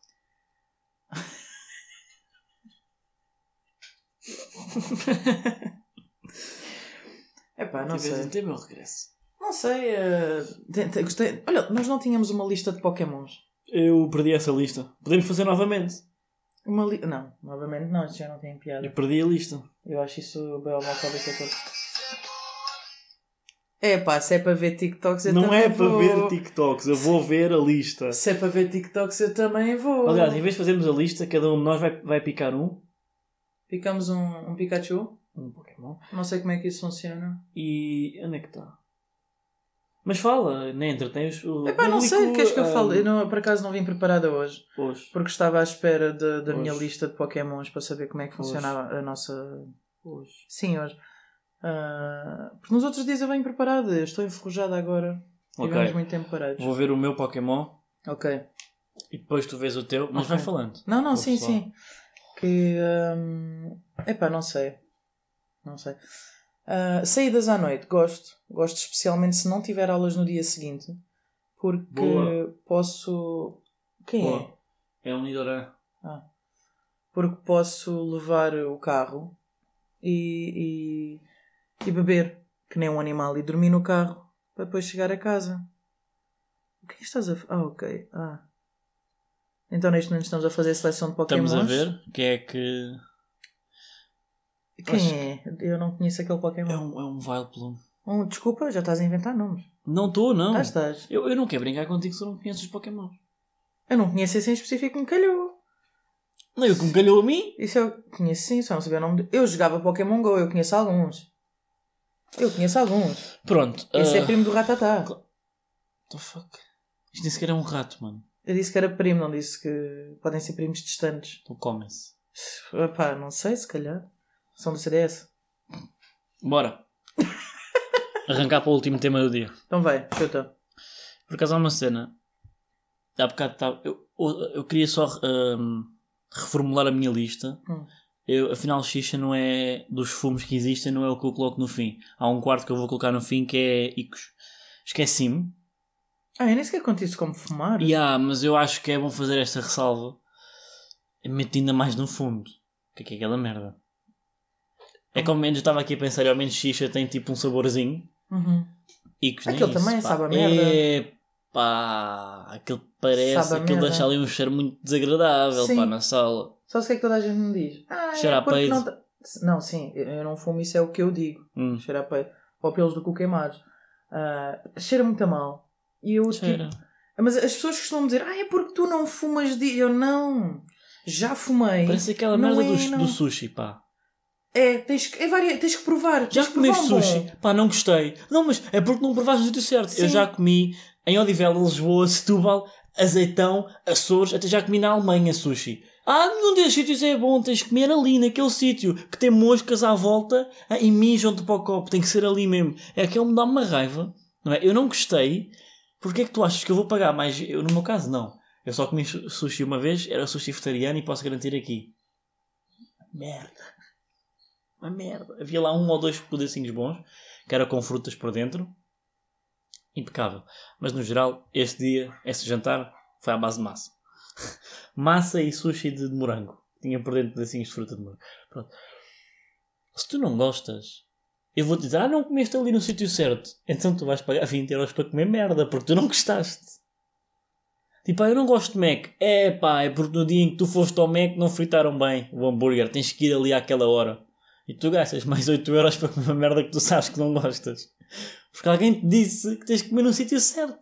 Speaker 1: Epá, não
Speaker 2: Quando tiveres
Speaker 1: sei.
Speaker 2: um tema, eu regresso.
Speaker 1: Não sei. eh, tem- tem- gostei. Olha, nós não tínhamos uma lista de Pokémons.
Speaker 2: Eu perdi essa lista. Podemos fazer novamente.
Speaker 1: Uma li... Não, novamente não, isto já não tem
Speaker 2: Eu
Speaker 1: piada.
Speaker 2: perdi a lista.
Speaker 1: Eu acho isso bem homofóbico a todos. É pá, se é para ver TikToks eu
Speaker 2: não
Speaker 1: também
Speaker 2: é para
Speaker 1: vou.
Speaker 2: ver TikToks, eu vou ver a lista.
Speaker 1: Se é para ver TikToks eu também vou.
Speaker 2: Aliás, em vez de fazermos a lista, cada um de nós vai, vai picar um,
Speaker 1: Picamos um, um Pikachu.
Speaker 2: um Pokémon.
Speaker 1: Não sei como é que isso funciona.
Speaker 2: E onde é que está? Mas fala, nem entretens o.
Speaker 1: Epá, não sei o
Speaker 2: público,
Speaker 1: que és que eu
Speaker 2: ah,
Speaker 1: falo. Eu não, por acaso não vim preparada hoje.
Speaker 2: Hoje.
Speaker 1: Porque estava à espera de- da
Speaker 2: Hoje.
Speaker 1: minha lista de Pokémons para saber como é que
Speaker 2: Hoje.
Speaker 1: funcionava a nossa
Speaker 2: Hoje.
Speaker 1: Sim, hoje. Ah, porque nos outros dias eu venho preparada, eu estou enferrujada agora.
Speaker 2: Ok.
Speaker 1: Tivemos muito tempo parados.
Speaker 2: Vou ver o meu Pokémon
Speaker 1: Ok.
Speaker 2: e depois tu vês o teu, mas
Speaker 1: Ok.
Speaker 2: vai falando.
Speaker 1: Não, não,
Speaker 2: Vou
Speaker 1: sim,
Speaker 2: só-
Speaker 1: sim. Que. hum, epá, não sei. Não sei. Ah, saídas à noite, gosto. Gosto especialmente se não tiver aulas no dia seguinte. Porque
Speaker 2: Boa.
Speaker 1: posso. Quem é?
Speaker 2: Boa. É um Nidoran.
Speaker 1: porque posso levar o carro e, e, e beber, que nem um animal, e dormir no carro para depois chegar a casa. O que é que estás a. fa- Ah, ok. Ah. Então, neste momento, estamos a fazer a seleção de Pokémon.
Speaker 2: Estamos a ver quem é que.
Speaker 1: Quem
Speaker 2: Acho
Speaker 1: é? Eu não conheço aquele Pokémon.
Speaker 2: É um, é um Vileplume.
Speaker 1: Um, desculpa, já estás a inventar nomes.
Speaker 2: Não estou, não.
Speaker 1: Já estás.
Speaker 2: Eu, eu não quero brincar contigo se eu não conheces os Pokémon.
Speaker 1: Eu não conheço esse em específico, me calhou.
Speaker 2: Não, eu que me calhou a mim?
Speaker 1: Isso eu conheço sim, só não sabia o nome. De... Eu jogava Pokémon Go, eu conheço alguns. Eu conheço alguns.
Speaker 2: Pronto.
Speaker 1: Esse é
Speaker 2: ah,
Speaker 1: primo do Ratatá.
Speaker 2: the fuck? Isto nem sequer é um rato, mano.
Speaker 1: Eu disse que era primo, não disse que podem ser primos distantes.
Speaker 2: Então comem-se.
Speaker 1: Epá, não sei, se calhar. São do CDS.
Speaker 2: Bora. Arrancar para o último tema do dia.
Speaker 1: Então vai, chuta.
Speaker 2: Por acaso há uma cena. Há bocado estava. Eu, eu- eu queria só ahm, reformular a minha lista.
Speaker 1: Hum.
Speaker 2: Eu, afinal, xixa não é. Dos fumos que existem, não é o que eu coloco no fim. Há um quarto que eu vou colocar no fim que é Icos. Esqueci-me.
Speaker 1: Ah, eu nem sequer conto isso como fumar.
Speaker 2: E há, mas eu acho que é bom fazer esta ressalva. Mete ainda mais no fundo. O que é que é aquela merda? É que ao menos eu estava aqui a pensar, ao menos xixa tem tipo um saborzinho.
Speaker 1: Uhum.
Speaker 2: E que nem
Speaker 1: Aquilo
Speaker 2: isso,
Speaker 1: também
Speaker 2: pá.
Speaker 1: sabe a merda.
Speaker 2: Epá, aquilo parece,
Speaker 1: Sabe a
Speaker 2: aquilo
Speaker 1: merda.
Speaker 2: deixa ali um cheiro muito desagradável
Speaker 1: Sim.
Speaker 2: pá, na sala.
Speaker 1: Só se o que é que toda a gente me diz. Ah,
Speaker 2: Cheira a
Speaker 1: porque
Speaker 2: peido.
Speaker 1: não, ta- não, sim, eu não fumo, isso é o que eu digo.
Speaker 2: Hum.
Speaker 1: Cheira a peido. Ou pelos do cu queimados. Ah, cheira muito a mal. E eu, tipo,
Speaker 2: Cheira.
Speaker 1: Mas as pessoas costumam dizer, ah, é porque tu não fumas de. Eu não. Já fumei.
Speaker 2: Parece aquela
Speaker 1: Não
Speaker 2: merda
Speaker 1: é,
Speaker 2: do,
Speaker 1: não.
Speaker 2: do sushi, pá.
Speaker 1: É, tens que, é varia- tens que provar.
Speaker 2: Já
Speaker 1: tens que provar
Speaker 2: comeste
Speaker 1: um bom.
Speaker 2: sushi? Pá, não gostei. Não, mas é porque não provaste no sítio certo. Eu
Speaker 1: Sim.
Speaker 2: já comi em Odivela, Lisboa, Setúbal, Azeitão, Açores, até já comi na Alemanha sushi. Ah, nenhum desses sítios é bom, tens que comer ali, naquele sítio, que tem moscas à volta ah, e mijam-te para o copo, tem que ser ali mesmo. É que ele me dá uma raiva, não é? Eu não gostei, porque é que tu achas que eu vou pagar mais? Eu, no meu caso, não. Eu só comi su- sushi uma vez, era sushi vegetariano e posso garantir aqui. Merda. uma merda. Havia lá um ou dois pedacinhos bons, que era com frutas por dentro. Impecável. Mas no geral, este dia, este jantar, foi à base de massa. massa e sushi de morango. Tinha por dentro pedacinhos de fruta de morango. Pronto. Se tu não gostas, eu vou-te dizer, ah, não comeste ali no sítio certo. Então tu vais pagar 20 euros para comer merda, porque tu não gostaste. Tipo, ah, eu não gosto de Mac. É pá, é porque no dia em que tu foste ao Mac não fritaram bem o hambúrguer. Tens que ir ali àquela hora. E tu gastas mais 8 euros para comer uma merda que tu sabes que não gostas. Porque alguém te disse que tens que comer no sítio certo.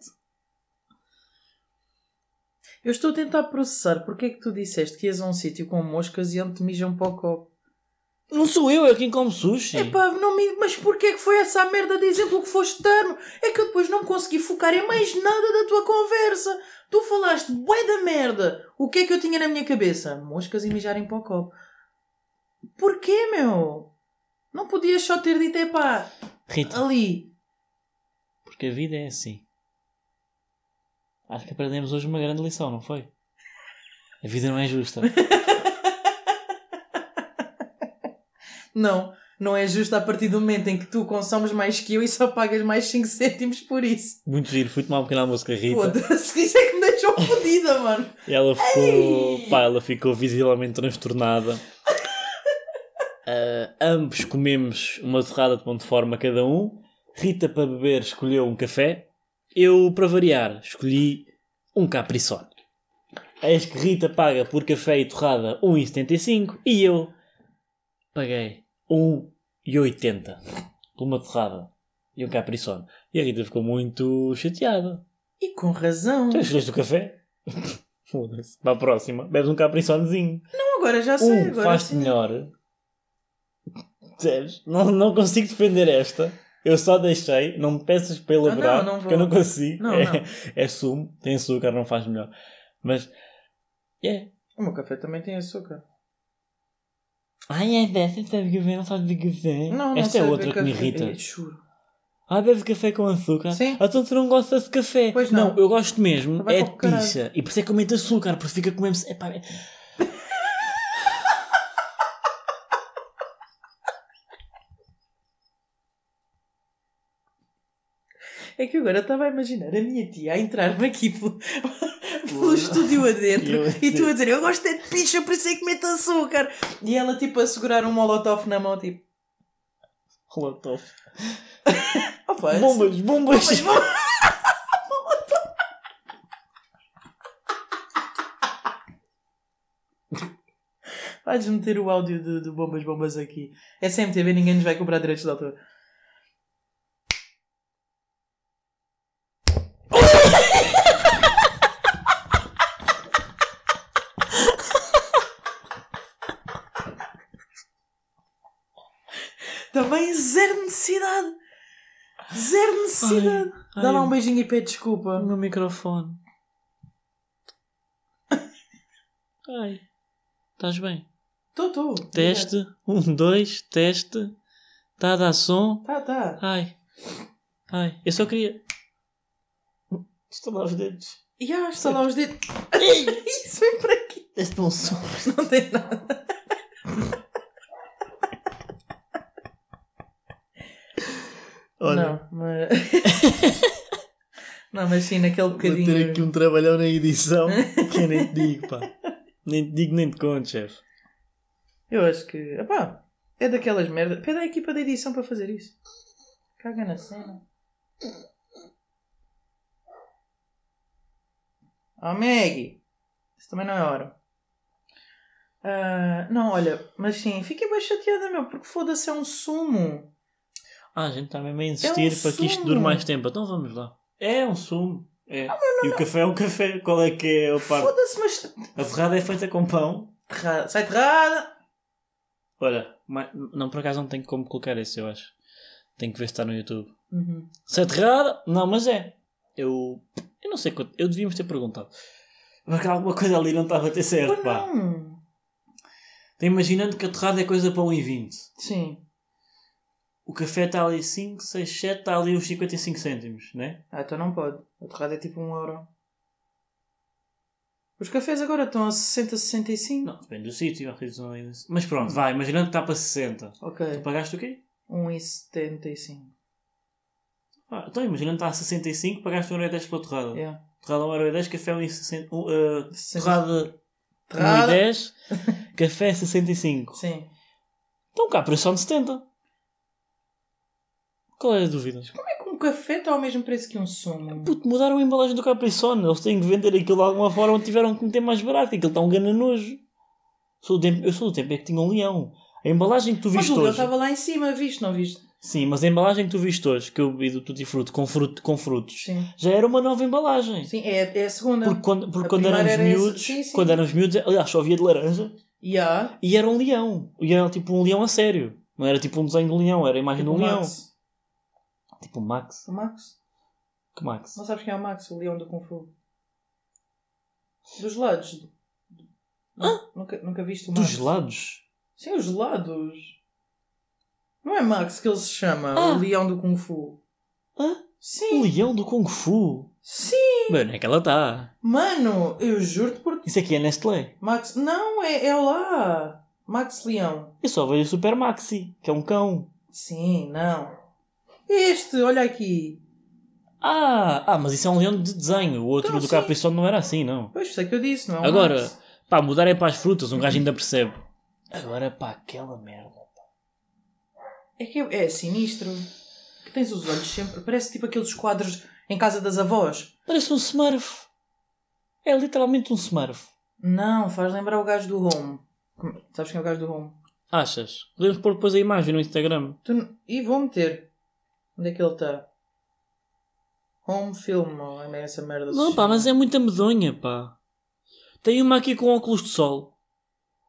Speaker 1: Eu estou a tentar processar porque é que tu disseste que ias a um sítio com moscas e onde te mijam para o copo.
Speaker 2: Não sou eu, é quem come sushi.
Speaker 1: Epá, não me... mas porquê é que foi essa a merda de exemplo que foste dar-me? É que eu depois não me consegui focar em mais nada da tua conversa. Tu falaste bué da merda. O que é que eu tinha na minha cabeça? Moscas e mijarem para o copo. Porquê, meu? Não podias só ter dito, epá,
Speaker 2: Rita,
Speaker 1: ali.
Speaker 2: porque a vida é assim. Acho que aprendemos hoje uma grande lição, não foi? A vida não é justa.
Speaker 1: Não, não é justo a partir do momento em que tu consomes mais que eu e só pagas mais 5 cêntimos por isso.
Speaker 2: Muito giro, fui tomar um bocadinho almoço com a Rita.
Speaker 1: Foda-se, isso é que me deixou fodida, mano.
Speaker 2: E ela ficou,
Speaker 1: Ei!
Speaker 2: pá, ela ficou visivelmente transtornada. Ah, ambos comemos uma torrada de pão de forma cada um. Rita, para beber, escolheu um café. Eu, para variar, escolhi um capriçone. Eis que Rita paga por café e torrada 1,75 e eu paguei 1,80 por uma torrada e um capriçone. E a Rita ficou muito chateada.
Speaker 1: E com razão.
Speaker 2: Tu escolheste o café? Foda-se. Para a próxima, bebes um capriçonezinho.
Speaker 1: Não, Então agora já sei.
Speaker 2: Um,
Speaker 1: agora
Speaker 2: faz-te
Speaker 1: sim.
Speaker 2: melhor. Percebes? Não, não consigo defender esta. Eu só deixei. Não me peças para elaborar,
Speaker 1: Ah, não vou.
Speaker 2: porque eu não consigo.
Speaker 1: Não,
Speaker 2: é,
Speaker 1: não.
Speaker 2: é sumo, tem açúcar, não faz melhor. Mas. É.
Speaker 1: O meu café também tem açúcar.
Speaker 2: Ai, é dessa, sabe café, não sabe de café.
Speaker 1: Não, não
Speaker 2: esta é
Speaker 1: sei
Speaker 2: outra
Speaker 1: beber
Speaker 2: que me
Speaker 1: café.
Speaker 2: irrita.
Speaker 1: Eu juro.
Speaker 2: Ah, bebe café com açúcar?
Speaker 1: Sim.
Speaker 2: Então tu não gostas de café?
Speaker 1: Pois não.
Speaker 2: eu gosto mesmo.
Speaker 1: Não vai
Speaker 2: é
Speaker 1: para o caralho.
Speaker 2: tixa. E por isso é que eu meto açúcar, porque fica comendo. Epá, é...
Speaker 1: É que agora estava a imaginar a minha tia a entrar-me aqui pelo, pelo estúdio
Speaker 2: E eu
Speaker 1: adentro
Speaker 2: a
Speaker 1: e tu
Speaker 2: dizer-
Speaker 1: a dizer eu gosto é de picha, por isso é que meto açúcar. E ela tipo a segurar um molotov na mão, tipo,
Speaker 2: Molotov.
Speaker 1: opa,
Speaker 2: Bombas, bombas!
Speaker 1: Mas Oh, vou- Vais meter o áudio do, do Bombas Bombas aqui. É CMTV, ninguém nos vai cobrar direitos de autor. Também zero necessidade. Zero necessidade.
Speaker 2: Ai,
Speaker 1: Dá
Speaker 2: ai,
Speaker 1: lá um beijinho e pede desculpa.
Speaker 2: o meu microfone. Ai. Estás bem?
Speaker 1: Estou, estou.
Speaker 2: Teste. Um, dois, teste. Está a dar som.
Speaker 1: Tá, tá.
Speaker 2: Ai. Ai. Eu só queria. Estalar os dedos.
Speaker 1: E ah, está lá os dedos.
Speaker 2: Ei!
Speaker 1: Isso vem para aqui.
Speaker 2: Deste um som.
Speaker 1: Não tem nada.
Speaker 2: Olha.
Speaker 1: Não, mas. não, mas sim, naquele
Speaker 2: Vou
Speaker 1: bocadinho.
Speaker 2: ter aqui um trabalhão na edição que eu nem te digo, pá. Nem te digo, nem te conto, chefe.
Speaker 1: Eu acho que. Epá, é daquelas merdas. Pede à equipa da edição para fazer isso. Caga na cena. Oh, Maggie! Isso também não é hora. Ah, não, olha, mas sim, fiquei bem chateada, meu, porque foda-se, é um sumo.
Speaker 2: Ah, a gente está mesmo a insistir
Speaker 1: É um
Speaker 2: para que isto
Speaker 1: sumo.
Speaker 2: dure mais tempo. Então vamos lá. É um sumo. É. e o café é um café. Qual é que é a parte?
Speaker 1: Foda-se, mas.
Speaker 2: A ferrada é feita com pão.
Speaker 1: Terrada. Sai terrada!
Speaker 2: Olha, ma- não por acaso não tenho como colocar esse, eu acho. Tenho que ver se está no YouTube.
Speaker 1: Uhum.
Speaker 2: Se é terrada? Não, mas é. Eu. Eu não sei quanto. Eu devíamos ter perguntado. Porque alguma coisa ali não estava a ter certo,
Speaker 1: Pois
Speaker 2: pá.
Speaker 1: não!
Speaker 2: Estou imaginando que a terrada é coisa para 1,20.
Speaker 1: Sim.
Speaker 2: O café está ali 5, 6, 7, está ali uns 55 cêntimos, né?
Speaker 1: Ah, então não pode. A terrada é tipo um euro. Os cafés agora estão a 60, 65.
Speaker 2: Não, depende do sítio, acredito não é isso. Mas pronto, vai, imaginando que está para 60. Tu
Speaker 1: Ok.
Speaker 2: pagaste o quê?
Speaker 1: 1,75.
Speaker 2: Ah, então, imaginando que está a 65, pagaste 1,10€ pela torrada.
Speaker 1: Yeah.
Speaker 2: Torrada 1,10€, café 1,60€. Uh,
Speaker 1: 60.
Speaker 2: torrada
Speaker 1: Torrada.
Speaker 2: 1,10€, café 65.
Speaker 1: Sim.
Speaker 2: Então cá, preço são de 70. Qual é a dúvida?
Speaker 1: Como é que um café está ao mesmo preço que um sumo?
Speaker 2: Puto, mudaram a embalagem do Capricorn. Eles têm que vender aquilo de alguma forma. Tiveram que meter mais barato. Aquilo está um grande nojo. Sou do tempo, eu sou do tempo é que tinha um leão. A embalagem que tu
Speaker 1: Mas
Speaker 2: viste
Speaker 1: o meu
Speaker 2: hoje.
Speaker 1: estava lá em cima, viste? Não viste?
Speaker 2: Sim, mas a embalagem que tu viste hoje, que eu bebi do Tutti Frutti com, fruto, com frutos,
Speaker 1: Sim.
Speaker 2: já era uma nova embalagem.
Speaker 1: Sim, é, é a segunda.
Speaker 2: Porque quando, porque
Speaker 1: A
Speaker 2: quando
Speaker 1: primeira
Speaker 2: éramos
Speaker 1: era essa.
Speaker 2: miúdos,
Speaker 1: Sim, sim.
Speaker 2: quando éramos miúdos, aliás, só havia de laranja
Speaker 1: E há.
Speaker 2: e era um leão. E era tipo um leão a sério. Não era tipo um desenho de leão, era a imagem
Speaker 1: Tipo
Speaker 2: de um leão.
Speaker 1: Max. É
Speaker 2: Tipo um Max.
Speaker 1: O Max?
Speaker 2: Que Max?
Speaker 1: Não sabes quem é o Max, o leão do Kung Fu? Dos lados. Hã? Nunca, nunca viste o Max?
Speaker 2: Dos gelados.
Speaker 1: Sim, os lados. Não é Max que ele se chama,
Speaker 2: Ah.
Speaker 1: o leão do Kung Fu.
Speaker 2: Hã?
Speaker 1: Sim.
Speaker 2: O Um leão do Kung Fu.
Speaker 1: Sim.
Speaker 2: Bem, onde é que ela está?
Speaker 1: Mano, eu juro-te por
Speaker 2: Isso aqui é Nestlé.
Speaker 1: Max. Não, é, é lá. Max Leão.
Speaker 2: Eu só vejo o Super Maxi, que é um cão.
Speaker 1: Sim, não. Este, olha aqui.
Speaker 2: Ah, ah mas isso é um leão de desenho. O outro
Speaker 1: Então,
Speaker 2: do
Speaker 1: sim.
Speaker 2: Capri Sun não era assim, não.
Speaker 1: Pois, sei que eu disse, não é o
Speaker 2: Agora,
Speaker 1: Max.
Speaker 2: pá, mudar é para as frutas, um gajo ainda percebe. Agora, pá, aquela merda.
Speaker 1: É que é, é sinistro. Que tens os olhos sempre. Parece tipo aqueles quadros em casa das avós.
Speaker 2: Parece um Smurf. É literalmente um Smurf.
Speaker 1: Não, faz lembrar o gajo do Home. Como- Sabes quem é o gajo do Home?
Speaker 2: Achas? Podemos pôr depois a imagem no Instagram.
Speaker 1: Tu n- E vou meter. Onde é que ele está? Home Film, ou é essa merda.
Speaker 2: Não, pá, mas é muita medonha, pá. Tem uma aqui com óculos de sol.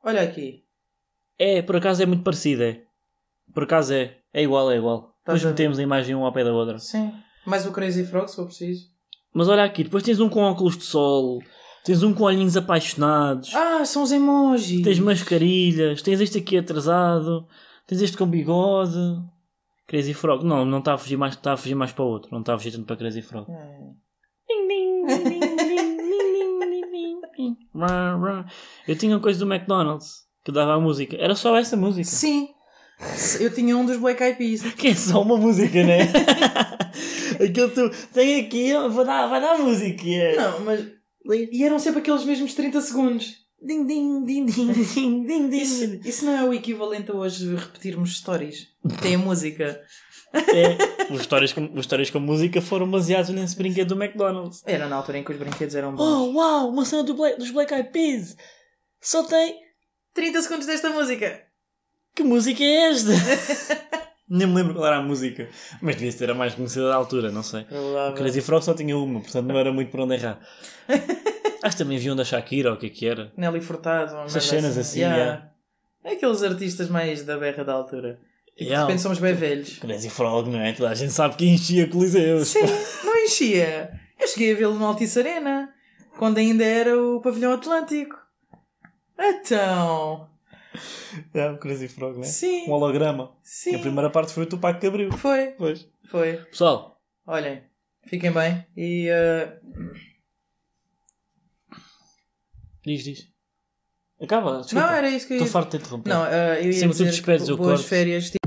Speaker 1: Olha aqui.
Speaker 2: É, por acaso é muito parecida, é. Por acaso é. É igual, é igual.
Speaker 1: Estás a
Speaker 2: Depois
Speaker 1: ver?
Speaker 2: metemos a imagem um ao pé da outra.
Speaker 1: Sim. Mais o Crazy Frog, se for preciso.
Speaker 2: Mas olha aqui, depois tens um com óculos de sol, tens um com olhinhos apaixonados,
Speaker 1: Ah, são os emojis.
Speaker 2: tens mascarilhas, tens este aqui atrasado, tens este com bigode. Crazy Frog. Não, não está a fugir mais, está a fugir mais para o outro. Não está a fugir tanto para Crazy Frog.
Speaker 1: É.
Speaker 2: Ding, ding, ding, ding, ding, ding, ding, ding, ding. Rá, rá. Eu tinha uma coisa do McDonald's que dava a música. Era só essa música.
Speaker 1: Sim. Eu tinha um dos Black Eyed Peas.
Speaker 2: Que é só uma música, né? Aquilo tu tem aqui, vou dar, vai dar música.
Speaker 1: Não, mas... E eram sempre aqueles mesmos 30 segundos.
Speaker 2: Ding, ding, ding, ding, ding, ding,
Speaker 1: Isso,
Speaker 2: ding.
Speaker 1: isso não é o equivalente a hoje repetirmos stories. Tem a música.
Speaker 2: É, os histórias, com, os histórias com música foram baseados nesse brinquedo do McDonald's.
Speaker 1: Era na altura em que os brinquedos eram bons.
Speaker 2: Oh, uau, uma cena do Black- dos Black Eyed Peas. Só tem...
Speaker 1: 30 segundos desta música.
Speaker 2: Que música é esta? Nem me lembro qual era a música. Mas devia ser a mais conhecida da altura, não sei. O
Speaker 1: Provável.
Speaker 2: Crazy Frog só tinha uma, portanto não era muito para onde errar. Acho que também viam da Shakira, ou o que é que era.
Speaker 1: Nelly Furtado. uma
Speaker 2: Essas
Speaker 1: merda
Speaker 2: cenas assim,
Speaker 1: Aqueles artistas mais da berra da altura.
Speaker 2: Yeah.
Speaker 1: Pensamos somos bem velhos.
Speaker 2: Crazy Frog, não é? Toda a gente sabe que enchia coliseus.
Speaker 1: Sim, não enchia. Eu cheguei a vê-lo no Altice Arena, quando ainda era o pavilhão atlântico. Então,
Speaker 2: É, o Crazy Frog, não é? Um
Speaker 1: sim,
Speaker 2: holograma.
Speaker 1: sim.
Speaker 2: E a primeira parte foi o Tupac que abriu.
Speaker 1: Foi,
Speaker 2: Pois.
Speaker 1: foi.
Speaker 2: Pessoal,
Speaker 1: Olhem, fiquem bem. E eh,
Speaker 2: Diz, diz. Acaba, desculpa.
Speaker 1: não era isso que eu ia
Speaker 2: Estou farto de te interromper.
Speaker 1: Não, eh, eu ia
Speaker 2: Sempre tu
Speaker 1: dizer
Speaker 2: despedes,
Speaker 1: que
Speaker 2: eu
Speaker 1: boas
Speaker 2: corto.
Speaker 1: férias